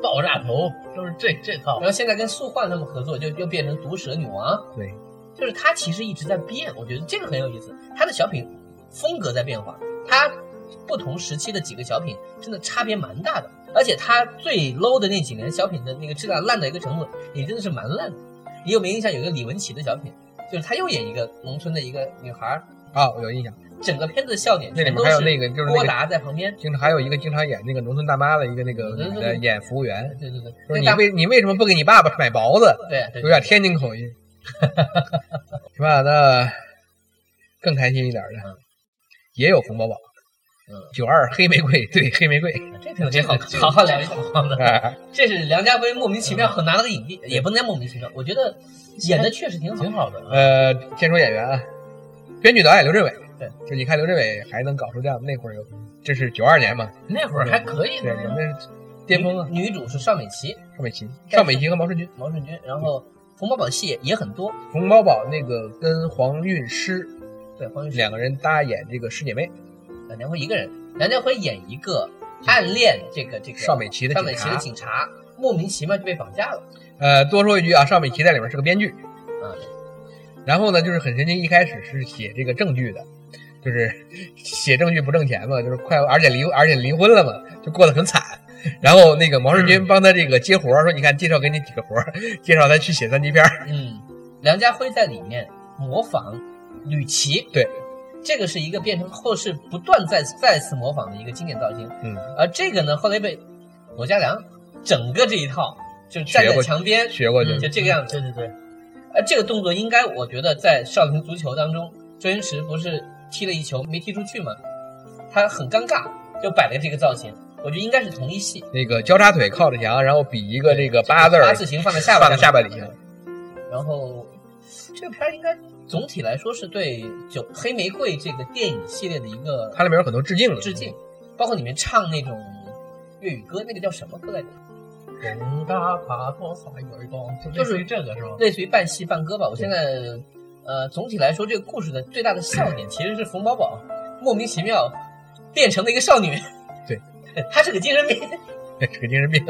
爆炸头都是这这套
然。后现在跟素焕他们合作，就又变成毒舌女王。
对，
就是他其实一直在变，我觉得这个很有意思。他的小品风格在变化，他不同时期的几个小品真的差别蛮大的。而且它最 low 的那几年小品的那个质量烂到一个程度，也真的是蛮烂的。你有没有印象有一个李文琪的小品，就是他又演一个农村的一个女孩儿，
啊，我有印象。
整个片子的笑点
那里
全
面
都
还有那个就是那
郭
个
达在旁边，
经常还有一个经常演那个农村大妈的一个那个
对对
女
对
的演服务员，
对对对，
说
那
你
大
为你为什么不给你爸爸买包子？
对对对
有点天津口 音，是吧？那更开心一点的
嗯，
也有红宝宝
嗯，
九二黑玫瑰对黑 玫瑰，
这挺挺好，好好聊一好的。
哎
这是梁家辉莫名其
嗯
妙拿了个影帝，也不能叫莫名其妙，我觉得演的确实挺好
挺好的啊。
呃，先说演员啊，编剧导演刘镇伟，
对，
就你看刘镇伟还能搞出这样，那会儿有，这是九二年嘛，
那会儿还可以
对，
嗯
呢，
那是巅峰啊，
女女主是邵美琪、
邵美琪，邵美琪和毛舜筠。
毛舜筠，然后冯宝宝戏也很多，
冯宝宝那个跟黄韵诗
对，黄韵诗
两个人搭演这个师姐妹，
呃梁家辉一个人，梁家辉演一个暗恋这个这个
邵美琪的
邵
警
美琪的
察
警察，莫名其妙就被绑架了。
呃，多说一句啊，邵美琪在里面是个编剧，
啊，
然后呢，就是很神奇，一开始是写这个证据的，就是写证据不挣钱嘛，就是快，而且离而且离婚了嘛，就过得很惨。然后那个毛舜
嗯
筠帮他这个接活儿，说你看介绍给你几个活儿， 介绍他去写三级片儿，
嗯，梁家辉在里面模仿吕琦，
对，
这个是一个变成后世不断再再次模仿的一个经典造型。
嗯，
而这个呢，后来被罗嘉良整个这一套就站
学
在
过去
墙边，
学过去嗯
就这个样子。
对对对，
呃，这个动作应该我觉得在少林足球当中，周星驰不是踢了一球没踢出去吗？他很尴尬，就摆了这个造型。我觉得应该是同一戏，
那个交叉腿靠着墙，然后比一个这个八字儿
八字形放在下巴
放在下巴里头。
然后这个片儿应该总体来说是对九黑玫瑰这个电影系列的一个
它里面有很多致敬的
致敬，包括里面唱那种粤语歌，那个叫什么歌来着？
嗯
人大把多少有一种，就类似于这个是吗？
类似于半戏半歌吧。我现在，呃，总体来说，这个故事的最大的笑点其实是冯宝宝莫名其妙变成了一个少女。
对，
她是个精神病，
这个精神病、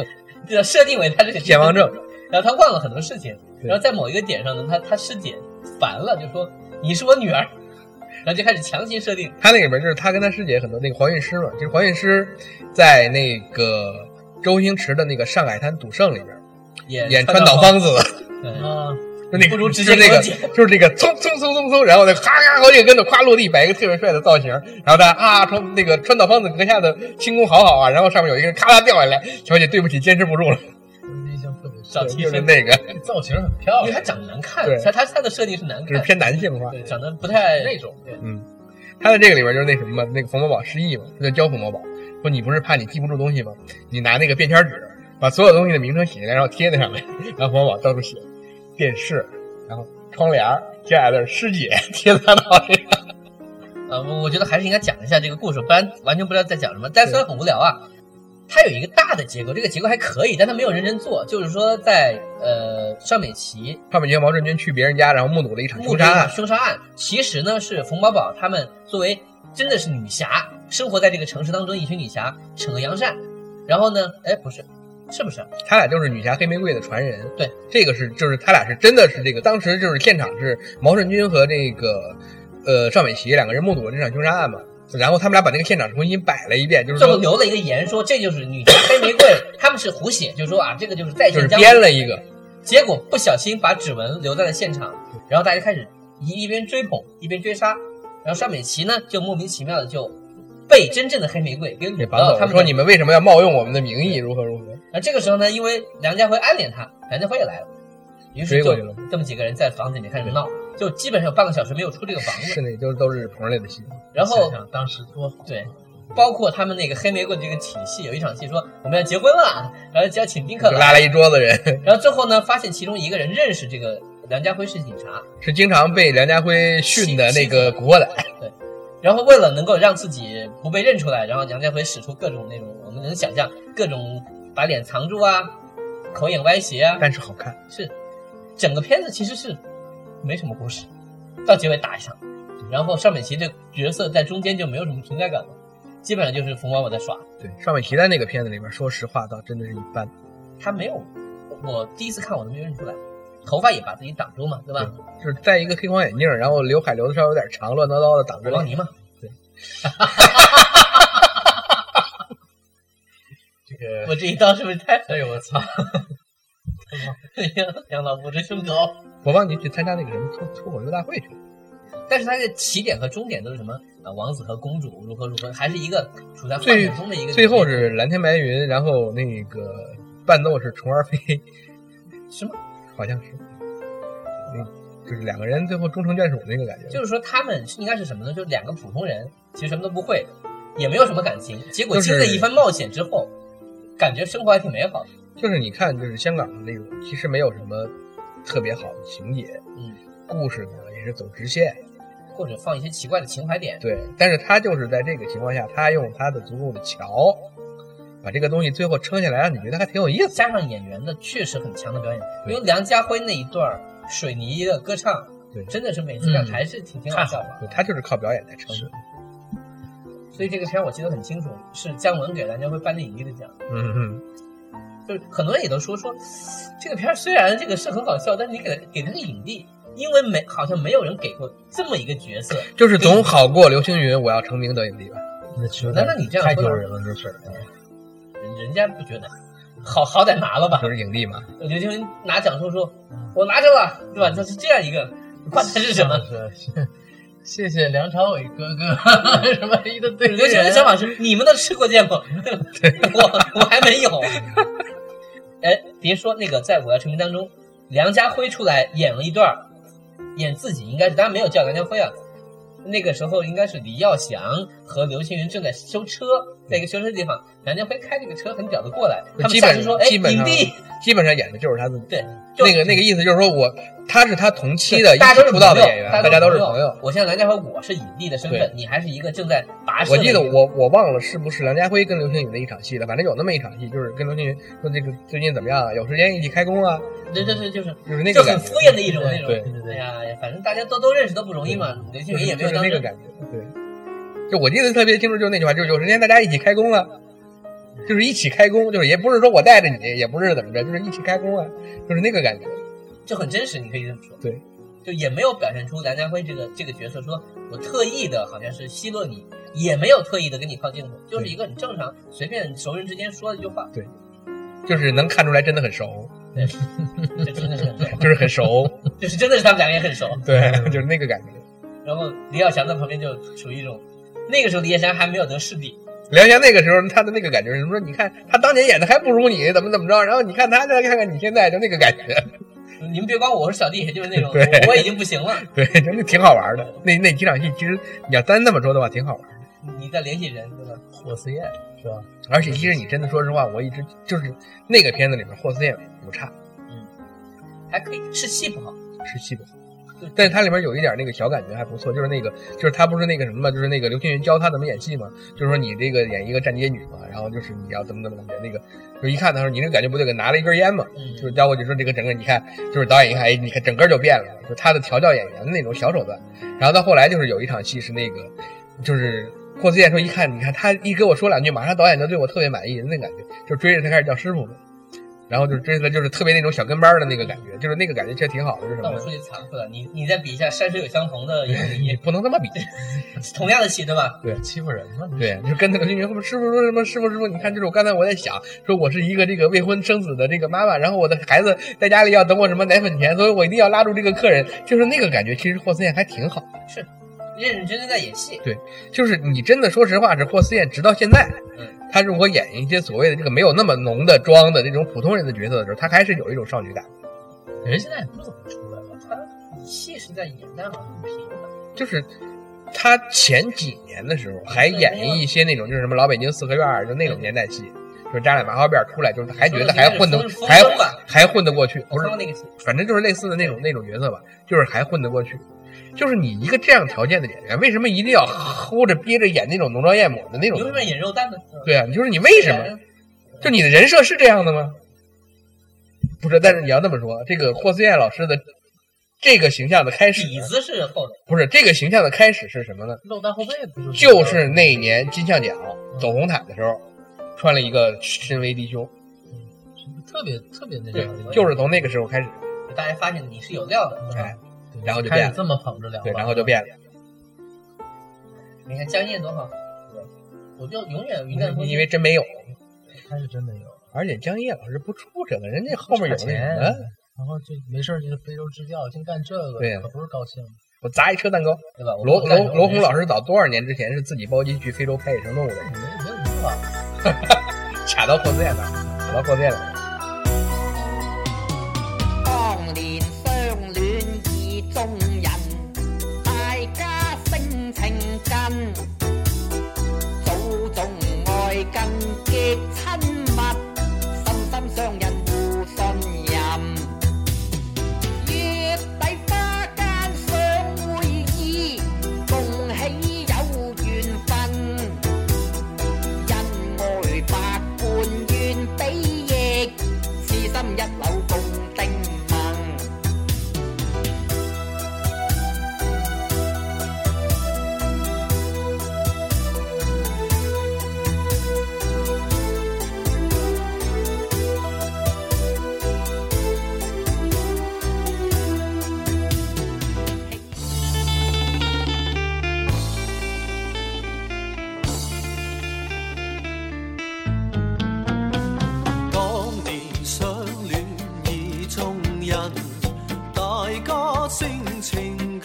就设定为她是个精神病
健忘症，
然后她忘了很多事情，
对
然后在某一个点上呢，她她师姐烦了，就说你是我女儿，然后就开始强行设定。
他那里面就是他跟他师姐很多那个黄韵诗嘛，就是黄韵诗在那个周星驰的那个《上海滩赌圣》里面
演
演
川
川岛
岛
芳子，
嗯
啊，
就那
不
个
如
就
直
是那
接给
个
我剪
就是那个冲冲冲冲冲，然后那咔咔好几个跟着夸落地，摆一个特别帅的造型，然后他啊川那个川岛芳子阁下的轻功好好啊，然后上面有一个人咔啦掉下来，小姐对不起，坚持不住了，
印象特别
找替
就是
身，
那个
造型很漂
因为
亮
她，长得难看
哦对，
她她她的设定是难
就是
看，
偏男性化。
对长得不太
那种对
他在这个里边就是那什么嘛，那个冯宝宝失忆嘛，他就教冯宝宝说：“你不是怕你记不住东西吗？你拿那个便签纸把所有东西的名称写下来，然后贴在上面。”然后冯宝宝到处写电视，然后窗帘儿，接下来的是师姐 贴在他脑袋上。
呃，我我觉得还是应该讲一下这个故事，不然完全不知道在讲什么。但虽然很无聊啊，它有一个大的结构，这个结构还可以，但它没有认真做。就是说在，呃邵美琪
他们觉得毛振军去别人家，然后目睹了一场
目
凶
击
杀案。
凶杀案，其实呢是冯宝宝他们作为真的是女侠，生活在这个城市当中的一群女侠惩恶扬善。然后呢，哎，不是，是不是？
他俩就是女侠黑玫瑰的传人。
对，
这个是就是他俩是真的是这个，当时就是现场是毛舜筠和这个呃邵美琪两个人目睹了这场凶杀案嘛。然后他们俩把这个现场重新摆了一遍，就是
最后
说
留了一个言说，这就是女侠黑玫瑰，他们是胡写，就是说啊，这个就是再
就是
现江湖。
编了一个，
结果不小心把指纹留在了现场，然后大家开始一一边追捧一边追杀，然后尚美琪呢就莫名其妙的就被真正的黑玫瑰给
给
掳
绑走
到
了。呃他
他
们
们
说
的
你们为什么要冒用我们的名义，如何如何？
那这个时候呢，因为梁家辉暗恋他，梁家辉也来了，于
追
是
过
就
去了
这么几个人在房子里面开始闹，就基本上有半个小时没有出这个房
是
子。
那，就是都是彭磊的戏。
然后
想想当时多好，
对，包括他们那个黑玫瑰这个体系，有一场戏说我们要结婚了，啊然后就要请宾客
就拉
来，
了一桌子人，
然后最后呢，发现其中一个人认识这个梁家辉是警察，
是经常被梁家辉训的那个古惑仔，
然后为了能够让自己不被认出来，然后梁家辉使出各种那种我们能想象各种把脸藏住啊，口眼歪斜啊，
但是好看。
是整个片子其实是没什么故事，到结尾打一场，然后邵美琪这角色在中间就没有什么存在感了，基本上就是冯宝宝在耍，
对，邵美琪在那个片子里面，说实话倒真的是一般。
他没有，我第一次看我都没有认出来，头发也把自己挡住嘛，对吧？
就是戴一个黑框眼镜，然后刘海留的稍微有点长，乱糟糟的挡着
古浪
脸。
尼嘛，
这个
个
我这一刀是不是太狠？
哎呦我操！
杨老不知胸口。
我帮你去参加那个什么脱脱口秀大会去。
但是它的起点和终点都是什么啊？王子和公主如何如何，还是一个处在幻
最
想中的一个。
最后是蓝天白云，然后那个伴奏是虫儿飞，
什么？
好像是，嗯，就是两个人最后终成眷属那个感觉，
就是说他们应该是什么呢？就是两个普通人，其实什么都不会，也没有什么感情。结果
就是
经历一番冒险之后，感觉生活还挺美好的。
就是你看，就是香港的那种，其实没有什么特别好的情节，
嗯，
故事呢也是走直线，
或者放一些奇怪的情怀点，
对，但是他就是在这个情况下，他用他的足够的桥，把这个东西最后撑下来，让你觉得还挺有意思。
加上演员的确实很强的表演，
对
因为梁家辉那一段儿水泥的歌唱，
对
真的是每次看
嗯
还是挺挺好笑的。
嗯对他就是靠表演来撑的，
所以这个片儿我记得很清楚，是姜文给梁家辉颁的影帝的奖。
嗯嗯，
就是很多人也都说说，这个片儿虽然这个是很好笑，但是你给他给他个影帝，因为没好像没有人给过这么一个角色。
就是总好过刘青云，我要成名得 影帝吧。
难道你这样
太
说
丢
呢
人了？这事儿，
人人家不觉得好好歹拿了 吧
就？是影帝 嘛，
有些人拿奖说说，我拿着了，对吧？他是这样一个，管他是什么。
是？ 谢谢梁朝伟哥 哥，什么一个对
刘
对
青云的想法是，你们都吃过见过，我我还没有。啊哎，别说那个，在《我要成名》当中，梁家辉出来演了一段儿，演自己应该是，当然没有叫梁家辉啊。那个时候应该是李耀祥和刘青云正在修车，在一个修车地方，梁家辉开这个车很屌的过来，他们
基
下
本
去说：“哎，
基本
影
上
帝。
基本上演的就是他自己。
对，就
那个那个意思就是说我他是他同期的，一
大家
起
都是
出道的
朋友
演员，大
大
家都
是
是朋友。。
我现在梁家辉，我是影帝的身份
对，
你还是一个正在跋涉
我
的
记
一
得
个。
我我忘了是不是梁家辉跟刘青云的一场戏了，反正有那么一场戏，就是跟刘青云说这个最近怎么样啊，有时间一起开工啊，
对对对，就是
就是那
就
个感
很
觉，
敷衍的一种那种。
对
对对
哎
对，
呀，反正大家都都认识都不容易嘛，刘青
就是
云也没有
就是
当
那
时
个感觉，对。就我记得特别清楚，就是那句话，就是有时间大家一起开工啊，就是一起开工，就是也不是说我带着你，也不是怎么着，就是一起开工啊，就是那个感觉。
就很真实，你可以这么说。
对，
就也没有表现出梁家辉这个这个角色说我特意的好像是奚落你，也没有特意的跟你靠近过，就是一个很正常随便熟人之间说的一句 话，
就是能看出来真的很熟，
这真的是很熟，
就是很 熟，
就是真的是他们两个也很熟。
对，就是那个感觉。
然后李耀祥在旁边就处于一种，那个时候李耀祥还没有得视帝，
梁翔那个时候他的那个感觉是什么？你看他当年演的还不如你，怎么怎么着？然后你看他再看看你现在，就那个感觉，
你们别管我是小弟，就是那种
对
我已经不行了，
对，真的挺好玩的。那那几场戏其实你要单这么说的话，挺好玩的。
你在联系人，对吧？
霍思燕是吧？
而且其实你真的说实话，我一直就是那个片子里面霍思燕不差，
还可以，是戏不好，
是戏不好，
就
但是它里面有一点那个小感觉还不错，就是那个就是他不是那个什么嘛，就是那个刘青云教他怎么演戏嘛，就是说你这个演一个站街女嘛，然后就是你要怎么怎么怎么的那个，就一看他说你这个感觉不对，给拿了一根烟嘛。
嗯，
就是包括就说这个整个，你看，就是导演一看，哎，你看整个就变了，就他的调教演员的那种小手段。然后到后来就是有一场戏是那个，就是霍思燕说一看，你看他一跟我说两句，马上导演就对我特别满意，那感觉就追着他开始叫师傅了，然后就追着他就是特别那种小跟班的那个感觉，就是那个感觉其实挺好的，就是什
那我
么？
说句残酷的，你你再比一下《山水有相逢》的影
你
帝，
不能这么比，
同样的戏对吧？
欺负人了，
对，就跟那个刘青云师傅说什么师傅师傅，你看，就是我刚才我在想，说我是一个这个未婚生子的这个妈妈，然后我的孩子在家里要等我什么奶粉钱，所以我一定要拉住这个客人，就是那个感觉。其实霍思燕还挺好，
认认真真在演戏，
就是你真的说实话，是霍思燕直到现在
嗯，
她如果演一些所谓的这个没有那么浓的妆的这种普通人的角色的时候，她还是有一种少女感，
人现在也不怎么出来了。
他戏是在演，但好像平的。
就是。她前几年的时候还演绎一些那种就是什么老北京四合院儿就那种年代戏，就是扎俩麻花辫儿出来，嗯就是还觉得还混得
风
还
风中啊
还混得过去，
我
不是
看过那个戏，
反正就是类似的那种那种角色吧，就是还混得过去。就是你一个这样条件的演员，为什么一定要齁着憋着演那种浓妆艳抹的那种
刘？什么演肉蛋呢？
对啊，就是
嗯
你为什么？就你的人设是这样的吗？不是，但是你要这么说，这个霍思燕老师的这个形象的开始，
底子是厚的，
不是这个形象的开始是什么呢？
肉蛋后背不就是
就是那年金像奖走红毯的时候，穿了一个深 V 低胸，
特别特别那
对
啥，，
就是从那个时候开始，
大家发现你是有料的。
哎，
对
然后就
开
变
始这么捧着聊了，
对，然后就变了，
你看江夜多好，我就永远云淡风
因
轻
为真没有，
他是真的有，
而且江一燕老师不出这个，人嗯家后面有那
差
什么
钱，然后就没事儿就是非洲支教，净干这个，
对呀
可不是高兴，
我砸一车蛋糕。
对吧？我
罗
不干
罗罗红老
师
师早多少年之前是自己包机去非洲拍野生动物的人，
没没有用啊。
卡到霍兹那儿，卡到霍兹那儿。
当年相恋意中人，大家性情近，早重愛更極親密，心心相印互信任。月底花間相會意，共喜有緣分。恩愛百般願比翼，痴心一縷共定盟。
当年相恋意中人，大家性情近，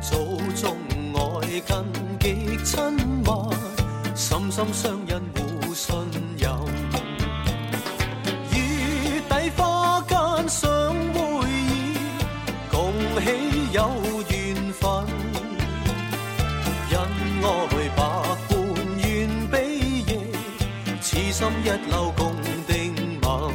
早中爱更极亲密，心心相印互信任。雨底花间相会意，共喜有缘分。因愛百般願比翼，此心一縷共定盟。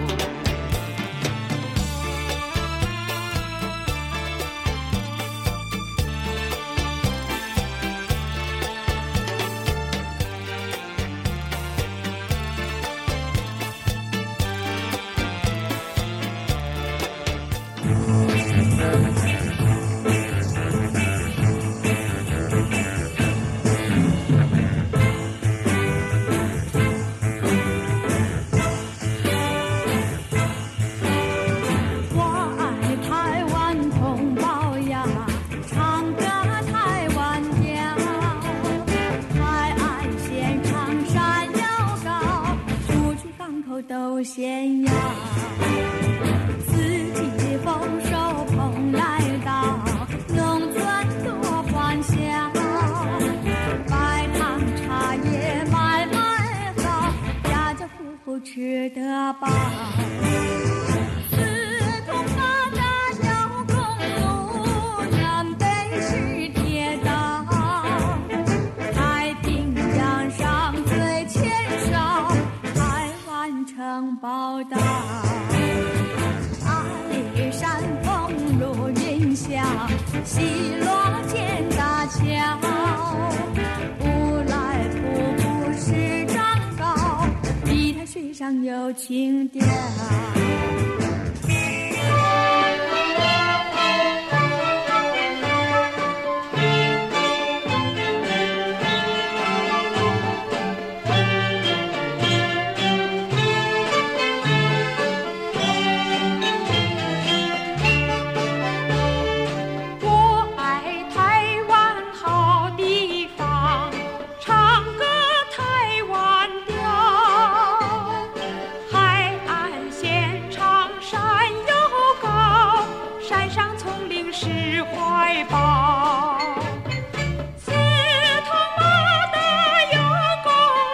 我爱台湾同胞呀，唱歌台湾调，海岸线长山腰高，处处港口都显耀。四季丰收捧来到，农村多欢笑，白糖茶叶买来好，家家户户吃得饱。四通八达有公路，南北是铁道，太平洋上最牵手，台湾城宝岛。阿里山风如云霄，西螺建大桥，乌来瀑布石障高，一潭水上有情调。我爱台湾好地方，唱歌台湾调，海岸线长山又高，山上丛林是怀抱。四通八达有公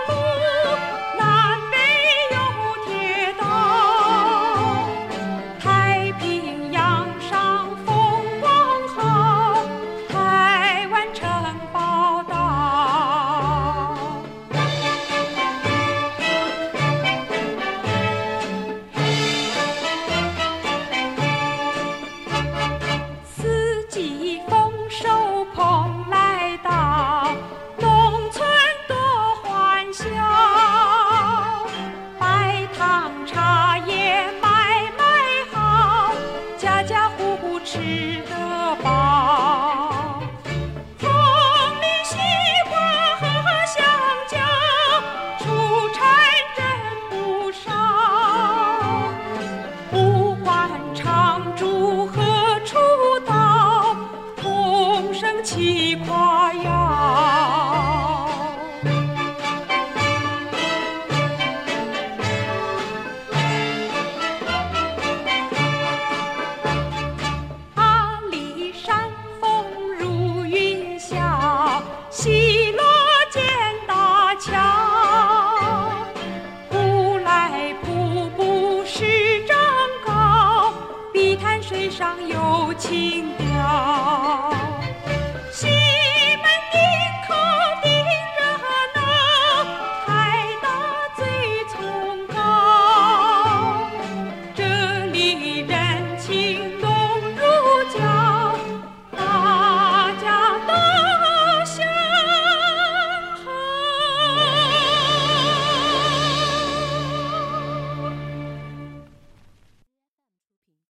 路，南北有铁道。太平洋上风光好，台湾城宝岛。四季丰收捧来到，农村多欢笑。白糖茶叶买卖好，家家户户吃得饱。葱绿西瓜和香蕉，出产人不少。不管长住何处到，同声齐夸耀。上有情调。啊